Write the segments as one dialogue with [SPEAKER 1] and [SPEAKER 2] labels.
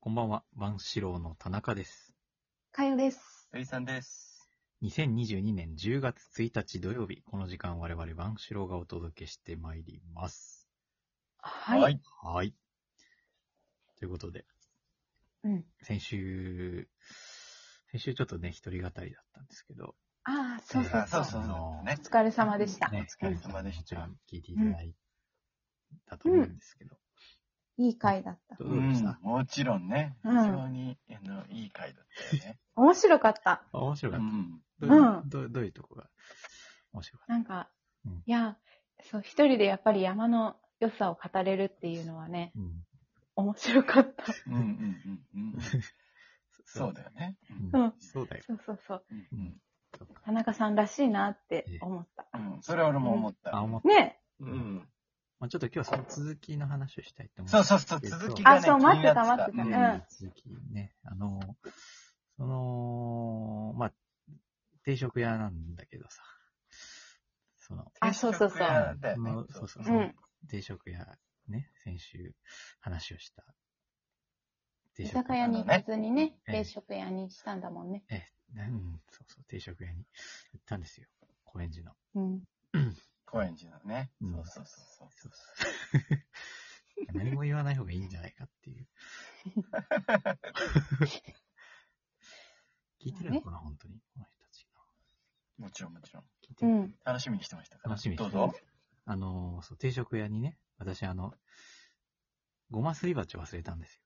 [SPEAKER 1] こんばんは、万志郎の田中です。
[SPEAKER 2] かよです。
[SPEAKER 3] ゆいさんです。
[SPEAKER 1] 2022年10月1日土曜日、この時間我々万志郎がお届けしてまいります。
[SPEAKER 2] はい。
[SPEAKER 3] はい。
[SPEAKER 1] はい。ということで、
[SPEAKER 2] うん。
[SPEAKER 1] 先週、先週ちょっとね、一人語りだったんですけど、
[SPEAKER 2] ああ、そうそうそう。
[SPEAKER 3] あそうそうそう。ね
[SPEAKER 2] お。疲れ様でした。
[SPEAKER 1] ね、
[SPEAKER 3] お疲れ様でした
[SPEAKER 1] もちろん聞いていただいたと思うんですけど、
[SPEAKER 2] いい回だった。
[SPEAKER 3] う
[SPEAKER 1] どうでした
[SPEAKER 3] ん、もちろんね。非
[SPEAKER 2] うん
[SPEAKER 3] 常に、あのいい回だったよね。
[SPEAKER 2] 面白かった。
[SPEAKER 1] あ面白
[SPEAKER 3] う
[SPEAKER 1] かっ
[SPEAKER 3] ん。
[SPEAKER 1] た。
[SPEAKER 2] うん
[SPEAKER 1] どうどうどういうとこが面白かっ
[SPEAKER 2] なんか、
[SPEAKER 1] うん
[SPEAKER 2] いや、そう、一人でやっぱり山の良さを語れるっていうのはね、
[SPEAKER 1] た、うん、
[SPEAKER 2] 面白かった。
[SPEAKER 3] うんうんうんうん。そうだよね。
[SPEAKER 1] うん
[SPEAKER 2] うん
[SPEAKER 1] そうだよ。
[SPEAKER 2] そうそうそう。
[SPEAKER 3] うん
[SPEAKER 1] う
[SPEAKER 3] うんん。
[SPEAKER 1] そうか
[SPEAKER 2] 田中さんらしいなって思った。
[SPEAKER 3] うん。それは俺も思った。
[SPEAKER 1] あ、思っ
[SPEAKER 2] ね
[SPEAKER 1] う
[SPEAKER 3] うんん。
[SPEAKER 1] まあ、ちょっと今日はその続きの話をしたいと思
[SPEAKER 3] そう
[SPEAKER 1] う。
[SPEAKER 3] そうそう、続きがね、
[SPEAKER 2] あそう
[SPEAKER 3] 気にな
[SPEAKER 2] 待ってた待ってた
[SPEAKER 3] う
[SPEAKER 2] うんん
[SPEAKER 1] 続きね。あの、その、まあ、定食屋なんだけどさ、その、
[SPEAKER 2] あそうそうそう
[SPEAKER 3] 定食屋だよ
[SPEAKER 1] う
[SPEAKER 3] ね
[SPEAKER 1] んそうそう
[SPEAKER 2] う
[SPEAKER 1] そ
[SPEAKER 2] ん。
[SPEAKER 1] 定食屋、ね、先週話をした。定
[SPEAKER 2] 居
[SPEAKER 1] 食
[SPEAKER 2] 酒
[SPEAKER 1] 屋。
[SPEAKER 2] 屋に行かずにね、
[SPEAKER 1] ええ
[SPEAKER 2] 定食屋にしたんだもんね。
[SPEAKER 1] え、うん、そうそう、定食屋に行ったんですよ。高円寺の。
[SPEAKER 2] うん。
[SPEAKER 3] 高円寺のね。
[SPEAKER 1] うん
[SPEAKER 3] そうそうそう
[SPEAKER 1] そうそう 何も言わない方がいいんじゃないかって いう。聞いてるのかな、本当に。この人たち
[SPEAKER 3] そう。もちろんもちろん。
[SPEAKER 1] 聞いて
[SPEAKER 2] う
[SPEAKER 1] る
[SPEAKER 2] ん。
[SPEAKER 3] 楽しみにしてましたから。
[SPEAKER 1] 楽しみに
[SPEAKER 3] ど
[SPEAKER 1] し
[SPEAKER 3] う
[SPEAKER 1] てま
[SPEAKER 3] ぞ
[SPEAKER 1] す。あのーそう、定食屋にね、私、あの、ごますり鉢を忘れたんですよ。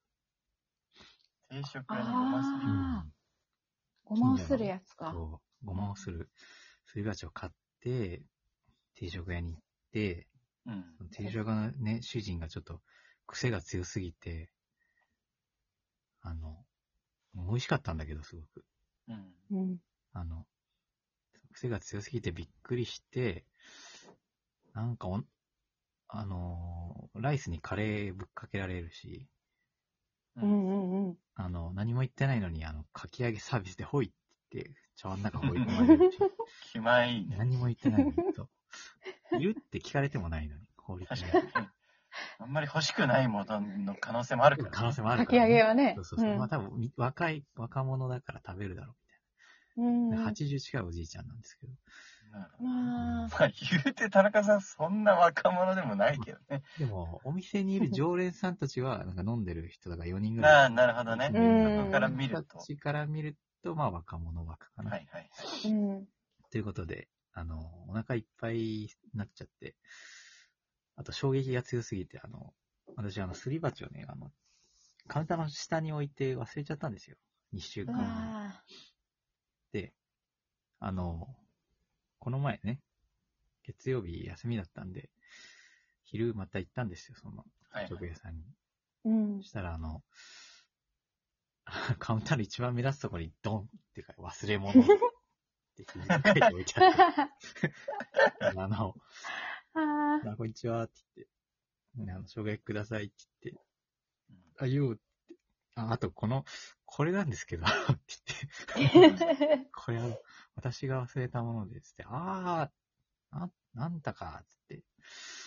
[SPEAKER 3] 定食屋のごますり。
[SPEAKER 2] あごまをするやつか。
[SPEAKER 1] そう、ごまをする、すり鉢を買って、定食屋に行って、
[SPEAKER 3] うん。
[SPEAKER 1] 定食屋のね、主人がちょっと癖が強すぎて、あの、美味しかったんだけど、すごく。
[SPEAKER 3] うん。
[SPEAKER 2] うん。
[SPEAKER 1] あの、癖が強すぎてびっくりして、なんかおん、あのーライスにカレーぶっかけられるし、
[SPEAKER 2] う。んうんうん。
[SPEAKER 1] あの、何も言ってないのに、あの、かき揚げサービスでほいって、茶碗の中ほい込まれる し、
[SPEAKER 3] 気前いいね。
[SPEAKER 1] 何も言ってないのに、そう。いるって聞かれてもないのに、法律
[SPEAKER 3] 確
[SPEAKER 1] に
[SPEAKER 3] か。に。あんまり欲しくないものの可能性もあるからね。
[SPEAKER 1] 可能性もあ
[SPEAKER 2] か
[SPEAKER 1] る
[SPEAKER 2] き
[SPEAKER 1] から、
[SPEAKER 2] 揚げはね。
[SPEAKER 1] そうそうそう。まあ多分、み若い、若者だから食べるだろう、
[SPEAKER 2] うん。
[SPEAKER 1] み
[SPEAKER 2] う
[SPEAKER 1] たい
[SPEAKER 2] ん
[SPEAKER 1] な。。80近いおじいちゃんなんですけど。
[SPEAKER 3] なるほど
[SPEAKER 2] まあ、
[SPEAKER 3] まあ言うて田中さんそんな若者でもないけどね。
[SPEAKER 1] でも、お店にい る常連さんたちは、なんか飲んでる人だから4人ぐらい。
[SPEAKER 3] ああ、なるほどね。
[SPEAKER 2] うん
[SPEAKER 3] そこから見ると
[SPEAKER 1] こっ。ちから見ると、まあ若者枠かな。
[SPEAKER 3] はいはい。
[SPEAKER 2] うん。
[SPEAKER 1] ということで、あの、お腹いっぱいになっちゃって、あと衝撃が強すぎて、あの、私あの、すり鉢をね、あの、カウンターの下に置いて忘れちゃったんですよ。2週
[SPEAKER 2] う
[SPEAKER 1] 間前
[SPEAKER 2] わ
[SPEAKER 1] で、あの、この前ね、月曜日休みだったんで、昼また行ったんですよ、その、
[SPEAKER 3] はいはい
[SPEAKER 1] 食屋さんに。
[SPEAKER 2] ーうん
[SPEAKER 1] そ。したら、あの、 カウンターの一番目立つところにドンってか、忘れ 物って書いておいちゃって、あの、
[SPEAKER 2] あ
[SPEAKER 1] あこんにちはって言って、あの、障害くださいって言って、あ、言うって、あ、あとこの、これなんですけど、 って言って、
[SPEAKER 2] ー
[SPEAKER 1] これは私が忘れたものですって、あー、あ、なんだか、つって、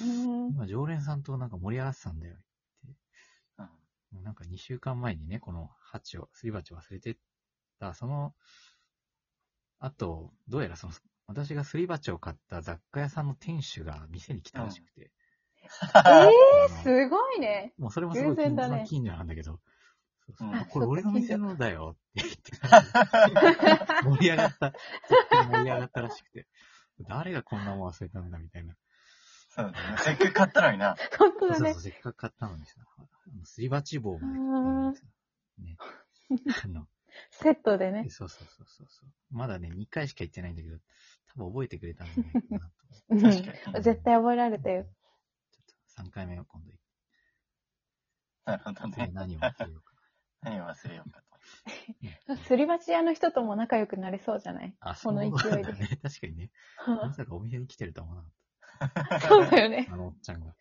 [SPEAKER 2] うん
[SPEAKER 1] 今常連さんとなんか盛り上がってたんだよ。
[SPEAKER 3] うん
[SPEAKER 1] なんか2週間前にね、この鉢を、すり鉢を忘れてた、その、あと、どうやらその、私がすり鉢を買った雑貨屋さんの店主が店に来たらしくて。
[SPEAKER 2] え
[SPEAKER 1] あの
[SPEAKER 2] ー、すごいね。
[SPEAKER 1] もうそれもすごい
[SPEAKER 2] 偶
[SPEAKER 1] 近
[SPEAKER 2] 然
[SPEAKER 1] 所,、
[SPEAKER 2] だね
[SPEAKER 1] 近所なんだけど、そうそう
[SPEAKER 3] うん
[SPEAKER 1] あこれ
[SPEAKER 2] そっか
[SPEAKER 1] 俺の店のだよって言って、盛り上がった、盛り上がったらしくて、誰がこんなもん忘れたんだみたいな。
[SPEAKER 3] そうだね。せっかく買ったのにな。
[SPEAKER 2] 本当
[SPEAKER 1] そう
[SPEAKER 2] だ
[SPEAKER 1] そう
[SPEAKER 2] ね
[SPEAKER 1] そう、。せっかく買ったのにさ、あのすり鉢棒まで買ったのにさ、ね。あの
[SPEAKER 2] セットでね。
[SPEAKER 1] そうそうそうそうそう。まだね、2回しか行ってないんだけど、多分覚えてくれたんじゃないかなと思って。
[SPEAKER 2] うん
[SPEAKER 3] 確かに。
[SPEAKER 2] 絶対覚えられ
[SPEAKER 1] ち
[SPEAKER 2] た
[SPEAKER 1] ょっ
[SPEAKER 2] よ。
[SPEAKER 1] と3回目を今度行
[SPEAKER 3] なるほど
[SPEAKER 1] って、次は
[SPEAKER 3] ね。
[SPEAKER 1] 何を忘れようか。
[SPEAKER 3] 何を忘れようかと。
[SPEAKER 2] すり鉢屋の人とも仲良くなれそうじゃない
[SPEAKER 1] あ、
[SPEAKER 2] この
[SPEAKER 1] そう
[SPEAKER 2] 勢い
[SPEAKER 1] だ
[SPEAKER 2] で。
[SPEAKER 1] ね。確かにね。まさかお店に来てるとは思わなかっ
[SPEAKER 2] そうだよね。
[SPEAKER 1] た。あのおっちゃんが。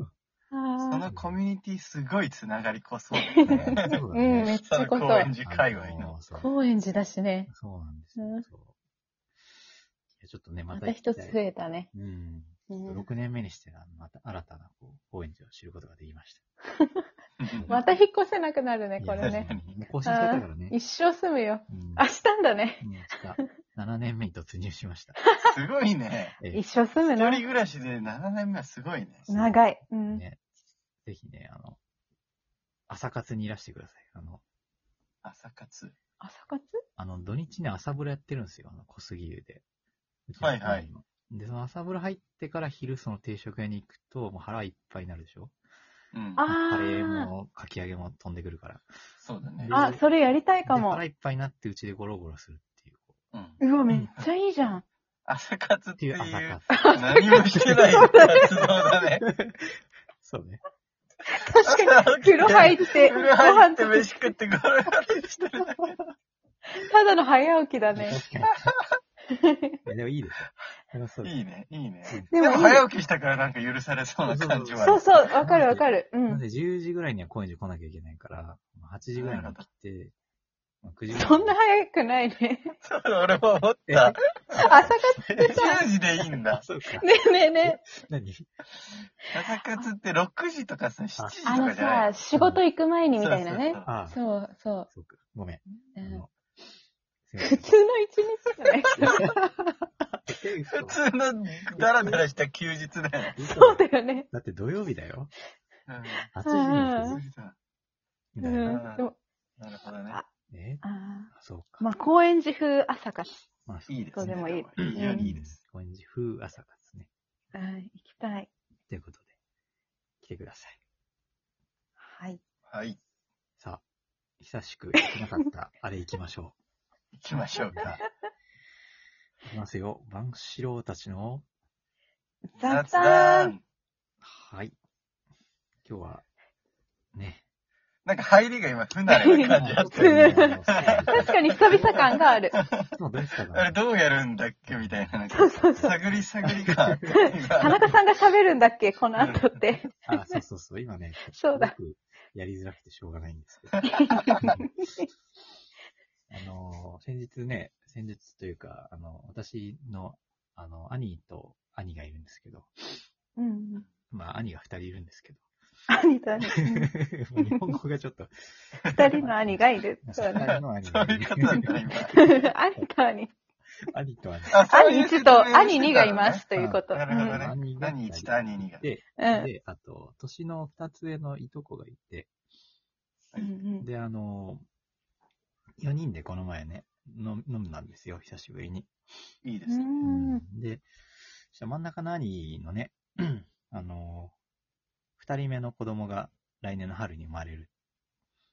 [SPEAKER 3] そ
[SPEAKER 2] あ
[SPEAKER 3] のコミュニティすごいつながりこそだね。
[SPEAKER 1] そ
[SPEAKER 2] ー
[SPEAKER 1] うだ
[SPEAKER 2] うん、
[SPEAKER 1] ね。
[SPEAKER 2] めっち
[SPEAKER 3] そ
[SPEAKER 2] ゃ
[SPEAKER 3] の
[SPEAKER 2] こそ。
[SPEAKER 3] 高円寺界隈
[SPEAKER 1] あ
[SPEAKER 3] の。
[SPEAKER 1] のそう
[SPEAKER 2] 高円寺だしね。
[SPEAKER 1] そうなんですよ
[SPEAKER 2] うん。
[SPEAKER 1] そういやちょっとね、ま
[SPEAKER 2] ま
[SPEAKER 1] た
[SPEAKER 2] た
[SPEAKER 1] 行きた
[SPEAKER 2] 一
[SPEAKER 1] い
[SPEAKER 2] つ増えたね。
[SPEAKER 1] うん。
[SPEAKER 2] うん
[SPEAKER 1] 6年目にして、あのまた新たなこう高円寺を知ることができました。
[SPEAKER 2] また引っ越せなくなるね、これ
[SPEAKER 1] いや
[SPEAKER 2] ね。
[SPEAKER 1] もう更新されたからね。
[SPEAKER 2] 一生住むよ。
[SPEAKER 1] うん
[SPEAKER 2] あ、したんだね。
[SPEAKER 1] うんした7年目に突入しました。
[SPEAKER 3] すごいね。
[SPEAKER 1] ええ
[SPEAKER 2] 一生住む
[SPEAKER 3] 一
[SPEAKER 2] な
[SPEAKER 3] 人。暮らしで7年目はすごいね。
[SPEAKER 2] 長い。うん。
[SPEAKER 1] ね、ぜひね、あの、朝活にいらしてください。あの、
[SPEAKER 3] 朝活。
[SPEAKER 2] 朝活
[SPEAKER 1] あの土日ね、朝風呂やってるんですよ、あの小杉湯で。
[SPEAKER 3] はいはいう
[SPEAKER 1] ちの近くので、その朝風呂入ってから昼その定食屋に行くと、もう腹いっぱいになるでしょ
[SPEAKER 3] うん。
[SPEAKER 2] あ
[SPEAKER 1] カレー
[SPEAKER 2] ー。
[SPEAKER 1] もかき揚げも飛んでくるから。
[SPEAKER 3] そうだね。
[SPEAKER 2] あ、それやりたい
[SPEAKER 1] で
[SPEAKER 2] かも
[SPEAKER 1] 腹。いっぱいになってうちでゴロゴロするっていう。
[SPEAKER 3] うん。
[SPEAKER 2] うわ、めっちゃいいじゃん。
[SPEAKER 3] 朝活っ
[SPEAKER 1] ってて
[SPEAKER 3] い
[SPEAKER 1] いうう朝活。
[SPEAKER 3] 何もしてない活動だね。
[SPEAKER 1] そうね。
[SPEAKER 2] 確かに。 風呂入って、ご
[SPEAKER 3] 風呂入
[SPEAKER 2] 飯
[SPEAKER 3] って
[SPEAKER 2] 作って
[SPEAKER 3] 飯食ってゴロゴロしてる。
[SPEAKER 2] ただの早起きだね。
[SPEAKER 1] 確かに。 いやでもいいですよ。楽しそうです
[SPEAKER 3] いいね、いいね。
[SPEAKER 2] で
[SPEAKER 3] で
[SPEAKER 2] も
[SPEAKER 3] も
[SPEAKER 2] いい
[SPEAKER 3] 早起きしたからなんか許されそうな感じはある。
[SPEAKER 2] そうそう、わかるわかる。う
[SPEAKER 1] なん
[SPEAKER 2] ん。
[SPEAKER 1] で10時ぐらいには高円寺来なきゃいけないから、8時ぐらいに起きて、まあ9時ぐらいに
[SPEAKER 2] そんな早くないね。
[SPEAKER 3] そうだ、俺も思っ
[SPEAKER 1] え
[SPEAKER 3] た。
[SPEAKER 2] 朝活ってさ、
[SPEAKER 3] 10時でいいん
[SPEAKER 1] あ
[SPEAKER 3] だ。
[SPEAKER 1] そうか。
[SPEAKER 2] ねえねえね
[SPEAKER 1] 何
[SPEAKER 3] 朝活って6時とかさ、7時と
[SPEAKER 2] え。あの
[SPEAKER 3] かじゃな
[SPEAKER 2] さ、
[SPEAKER 3] い
[SPEAKER 2] 仕事行く前にみたいなね
[SPEAKER 3] そうそう。そう
[SPEAKER 1] ああ、
[SPEAKER 2] そうそ
[SPEAKER 1] そうか。ごめん。
[SPEAKER 2] う。う
[SPEAKER 1] あ
[SPEAKER 2] ん
[SPEAKER 1] のすいませ
[SPEAKER 2] 普
[SPEAKER 1] ん
[SPEAKER 2] 通の一日じゃない
[SPEAKER 1] 嘘
[SPEAKER 3] 普通のダラダラした休日だよね。
[SPEAKER 1] 嘘
[SPEAKER 2] そうだよね。
[SPEAKER 1] だって土曜日だよ。
[SPEAKER 3] うん
[SPEAKER 1] 8時に
[SPEAKER 2] う
[SPEAKER 1] 行く
[SPEAKER 3] そうだ
[SPEAKER 1] み
[SPEAKER 2] う
[SPEAKER 1] たい
[SPEAKER 2] ん。
[SPEAKER 1] な。
[SPEAKER 2] でも
[SPEAKER 3] なるほどね。
[SPEAKER 1] え
[SPEAKER 2] あ
[SPEAKER 1] あそう
[SPEAKER 2] ー
[SPEAKER 1] か。
[SPEAKER 2] まあ、高円寺風朝活。
[SPEAKER 1] まあ、
[SPEAKER 3] いいですね。
[SPEAKER 2] そうでもいい
[SPEAKER 3] いや、
[SPEAKER 2] うん
[SPEAKER 3] いいです。。
[SPEAKER 1] 高円寺風朝活ね。
[SPEAKER 2] うん、行きたい。
[SPEAKER 1] ということで、来てください。
[SPEAKER 2] はい。
[SPEAKER 3] はい。
[SPEAKER 1] さあ、久しく行けなかった、あれ行きましょ
[SPEAKER 3] 行きましょう
[SPEAKER 1] う。はい
[SPEAKER 3] か。
[SPEAKER 1] 行きますよ。万四郎たちの、
[SPEAKER 2] 雑談。
[SPEAKER 3] ン
[SPEAKER 1] はい。今日は、 ね。
[SPEAKER 3] なんか入りが今不慣れな感じだったよね。
[SPEAKER 2] 確かに久々感がある。
[SPEAKER 1] もうどうしたか
[SPEAKER 3] あれ
[SPEAKER 1] な
[SPEAKER 3] どうやるんだっけみたいな。なんか
[SPEAKER 2] そうそうそう。
[SPEAKER 3] 探り探り感。
[SPEAKER 2] 田中さんが喋るんだっけこの後って。
[SPEAKER 1] あ、そうそうそう、今ね、
[SPEAKER 2] そうだ
[SPEAKER 1] すごくやりづらくてしょうがないんです けど。あの、先日ね、先日というか、あの、私の、あの、兄と兄がいるんですけど、
[SPEAKER 2] うん。
[SPEAKER 1] まあ、兄が二人いるんですけど、
[SPEAKER 2] 兄と兄。うん
[SPEAKER 1] もう日本語がちょっと、
[SPEAKER 2] 二人の兄がいる。そうだね。
[SPEAKER 1] 人の兄
[SPEAKER 3] そ
[SPEAKER 1] が
[SPEAKER 3] う
[SPEAKER 1] い
[SPEAKER 3] いう
[SPEAKER 1] る
[SPEAKER 3] ことなんだ、今。
[SPEAKER 2] 兄と兄。
[SPEAKER 1] 兄と兄。
[SPEAKER 3] あそうい
[SPEAKER 2] 兄
[SPEAKER 3] う
[SPEAKER 2] 1
[SPEAKER 3] 説明を
[SPEAKER 2] と
[SPEAKER 3] してたのね
[SPEAKER 2] 兄2がいますということ。う
[SPEAKER 3] なるほど
[SPEAKER 2] ん。
[SPEAKER 3] ね
[SPEAKER 1] 兄が
[SPEAKER 3] 兄一と兄二が
[SPEAKER 1] で、
[SPEAKER 2] うん
[SPEAKER 1] で、あと、年の二つ上のいとこがいて、
[SPEAKER 2] うん
[SPEAKER 1] で、あの、4人でこの前ね、飲飲んだんですよ、久しぶりに。
[SPEAKER 3] いいで
[SPEAKER 2] う
[SPEAKER 3] すね。
[SPEAKER 2] ん。うん
[SPEAKER 1] で、そしたら真ん中の兄のね、 あの、二人目の子供が来年の春に生まれる。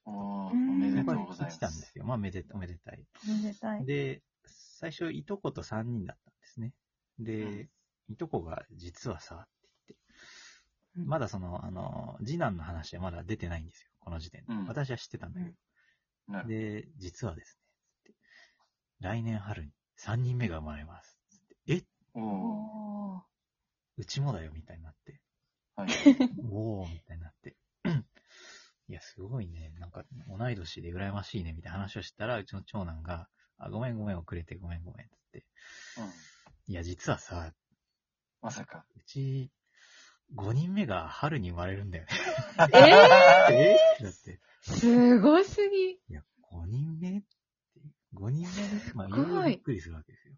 [SPEAKER 3] おーおめでとうございま。
[SPEAKER 1] 来たんですすよ。まあ、めで、おめでたい。
[SPEAKER 2] おめでたい。
[SPEAKER 1] で、最初、いとこと三人だったんですね。で
[SPEAKER 3] ん、
[SPEAKER 1] いとこが、実はさ、って言
[SPEAKER 2] う
[SPEAKER 1] っ
[SPEAKER 2] ん
[SPEAKER 1] て、まだその、あの、次男の話はまだ出てないんですよ、この時点で
[SPEAKER 3] うん。
[SPEAKER 1] 私は知ってたんだけ
[SPEAKER 3] な
[SPEAKER 1] ど。
[SPEAKER 3] る
[SPEAKER 1] で、実はですね、って来年春に三人目が生まれます。ってえ、
[SPEAKER 3] ほどお
[SPEAKER 2] おー
[SPEAKER 1] うちもだよ、みたいになって。
[SPEAKER 3] ーはい。
[SPEAKER 1] おおみたいになって。 いや、すごいね。なんか、同い年で羨ましいね、みたいな話をしたら、うちの長男が、あ、ごめんごめん、遅れてごめんごめん、つって。
[SPEAKER 3] うん
[SPEAKER 1] いや、実はさ、
[SPEAKER 3] まさか。
[SPEAKER 1] うち、5人目が春に生まれるんだ よね。
[SPEAKER 2] えー
[SPEAKER 1] えだって、
[SPEAKER 2] すごすぎ。
[SPEAKER 1] いや、5人目って、5人目ねまあ、い
[SPEAKER 2] すごい
[SPEAKER 1] ろいろびっくりするわけですよ。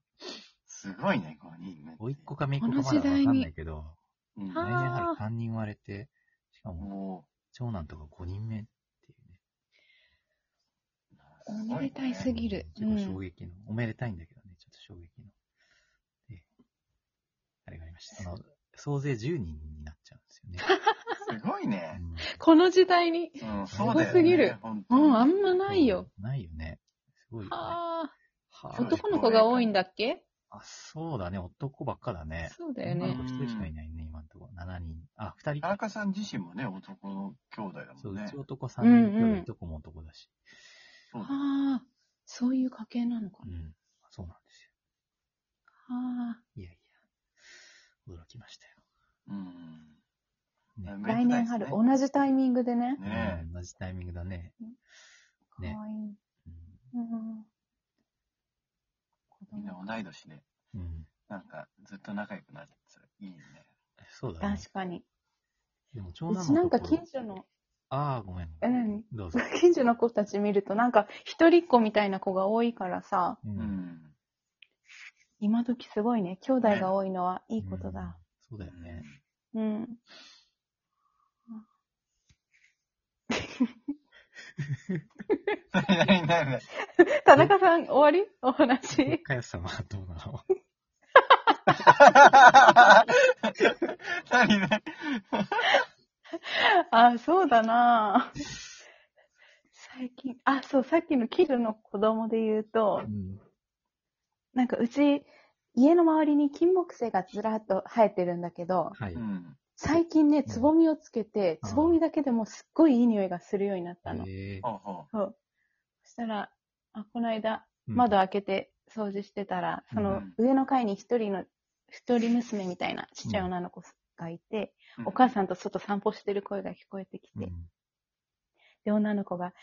[SPEAKER 3] すごいね、5人ね。
[SPEAKER 1] 甥っ子か姪っ子かまだわかんないけど、
[SPEAKER 3] うん
[SPEAKER 1] 来
[SPEAKER 2] は
[SPEAKER 1] 年春3人生まれて、しかも、
[SPEAKER 3] おー
[SPEAKER 1] 長男とか5人目っていうね。
[SPEAKER 2] おめでたい
[SPEAKER 3] す
[SPEAKER 2] すぎる
[SPEAKER 1] うん
[SPEAKER 2] うん
[SPEAKER 1] 結構衝撃の、おめでたいんだけどね、ちょっと衝撃の。で、あれがありました。あの、総勢10人になっちゃうんですよね。
[SPEAKER 3] ごいね。
[SPEAKER 1] うん
[SPEAKER 2] この時代に。
[SPEAKER 3] うん、そうだよね。
[SPEAKER 2] すごすぎる
[SPEAKER 3] 本当に。
[SPEAKER 2] うん、あんま ないよ。。
[SPEAKER 1] ないよね。すごいよね。
[SPEAKER 2] あ
[SPEAKER 1] は
[SPEAKER 2] あ。
[SPEAKER 1] い
[SPEAKER 2] 男の子が多いんだっけ
[SPEAKER 1] あ、そうだね、男ばっかだね。
[SPEAKER 2] そうだよね
[SPEAKER 1] 女の。子一人しかいないね、今のところ。7人。あ、2人
[SPEAKER 3] 田
[SPEAKER 1] か。
[SPEAKER 3] 中さん自身もね、男の兄弟だ
[SPEAKER 1] そ
[SPEAKER 3] も
[SPEAKER 1] う、
[SPEAKER 3] ん
[SPEAKER 1] う
[SPEAKER 3] ね
[SPEAKER 1] ち。男3人兄弟、
[SPEAKER 2] うんうん
[SPEAKER 1] いとこも男だし。
[SPEAKER 3] そうだ
[SPEAKER 2] ああ。そういう家系なのか
[SPEAKER 1] う
[SPEAKER 2] な。
[SPEAKER 1] ん。そうなんです
[SPEAKER 2] あ
[SPEAKER 1] よ。いやいや。驚きましたよ。
[SPEAKER 3] うん。
[SPEAKER 1] ね
[SPEAKER 2] あ。来年春、同じタイミングでね。
[SPEAKER 3] ね
[SPEAKER 1] うん同じタイミングだね。
[SPEAKER 2] かわい
[SPEAKER 1] ね
[SPEAKER 2] い。うん。子
[SPEAKER 3] みんな
[SPEAKER 2] 供
[SPEAKER 3] 同い年で、
[SPEAKER 1] うん。うん、
[SPEAKER 3] なんかずっと仲良くなってたらいいね。
[SPEAKER 1] そうだね。
[SPEAKER 2] 確かに。
[SPEAKER 1] でも長
[SPEAKER 2] う
[SPEAKER 1] 男の
[SPEAKER 2] ちなんか
[SPEAKER 1] ところ
[SPEAKER 2] 近所の、
[SPEAKER 1] ああ、ごめん。
[SPEAKER 2] え、何
[SPEAKER 1] どうぞ。
[SPEAKER 2] 近所の子たち見ると、なんか、一人っ子みたいな子が多いからさ、
[SPEAKER 1] う。
[SPEAKER 3] うんん。
[SPEAKER 2] 今時すごいね。兄弟が多いのはいいことだ。
[SPEAKER 1] うん。そうだよね。
[SPEAKER 2] うん。
[SPEAKER 3] 何何何
[SPEAKER 2] 田中さん、終わりお話。
[SPEAKER 1] かやさまはどうなの
[SPEAKER 3] 何何
[SPEAKER 2] あ、そうだなぁ最近、あ、そう、さっきの近所の子供で言うと
[SPEAKER 1] う、ん。
[SPEAKER 2] なんかうち、家の周りに金木犀がずらっと生えてるんだけど、
[SPEAKER 1] はい。
[SPEAKER 3] うん。
[SPEAKER 2] 最近ね、つぼみをつけて、
[SPEAKER 1] うん
[SPEAKER 2] つぼみだけでもすっごいいい匂いがするようになったの。
[SPEAKER 1] え
[SPEAKER 3] ほうほ
[SPEAKER 2] そう。そしたら、あ、この間、
[SPEAKER 1] ー、
[SPEAKER 2] 窓開けて掃除してたら、その上の階に一人の、一人娘みたいなちっちゃい女の子がいて、
[SPEAKER 3] う。
[SPEAKER 2] お母
[SPEAKER 3] ん。
[SPEAKER 2] さんと外散歩してる声が聞こえてき
[SPEAKER 1] うん。う
[SPEAKER 2] て、
[SPEAKER 1] ん
[SPEAKER 2] で、女の子が、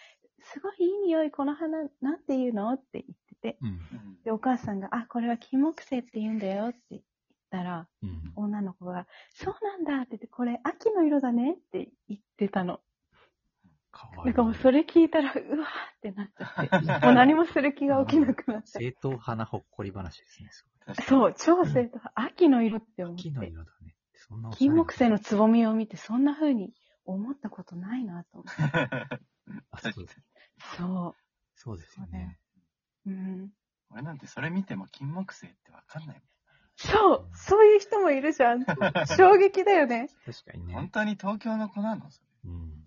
[SPEAKER 2] すごいいい匂い、この花、なんていうのって言ってて、
[SPEAKER 1] うん。
[SPEAKER 3] うん
[SPEAKER 2] で、お母さんが、あ、これは金木犀って言うんだよって言ったら、
[SPEAKER 1] うん。
[SPEAKER 2] 女の子が、そうなんだって言って、これ秋の色だねって言ってたの。
[SPEAKER 1] かわいい。
[SPEAKER 2] なんかもうそれ聞いたら、うわーってなっちゃ って、もう何もする気が起きなくなっちゃっ
[SPEAKER 1] 正統派なほっこり話ですね。す
[SPEAKER 2] た。そう、超生徒、秋の色って
[SPEAKER 1] ご
[SPEAKER 2] 思
[SPEAKER 1] い
[SPEAKER 2] っ
[SPEAKER 1] 木の
[SPEAKER 2] て、
[SPEAKER 1] 色だね。そんなおしゃれ
[SPEAKER 2] 金
[SPEAKER 1] な
[SPEAKER 2] 木犀のつぼみを見て、そんな風に思ったことないなと思って。
[SPEAKER 1] あそう
[SPEAKER 2] そ
[SPEAKER 1] そうですよ
[SPEAKER 2] そう
[SPEAKER 1] ね
[SPEAKER 2] ね。う。うん
[SPEAKER 3] 俺なんてそれ見ても金木犀ってわかんない
[SPEAKER 2] そう、そういう人もいるじ ゃん。衝撃だよね。
[SPEAKER 1] 確かに
[SPEAKER 3] もん。本
[SPEAKER 1] ね。
[SPEAKER 3] 当に東京の子なのそ
[SPEAKER 1] うん。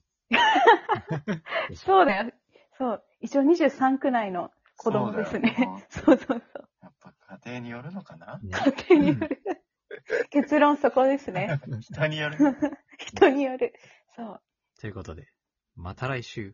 [SPEAKER 2] そうだよ。そう。一応23区内の子供です
[SPEAKER 3] そうだよ
[SPEAKER 2] ね
[SPEAKER 3] ね。
[SPEAKER 2] そうそうそう。
[SPEAKER 3] れやっぱ家庭によるのかな
[SPEAKER 1] ね
[SPEAKER 2] 家庭による。結論そこですね。
[SPEAKER 3] 人による。
[SPEAKER 2] 人による。そう。
[SPEAKER 1] ということで、また来週。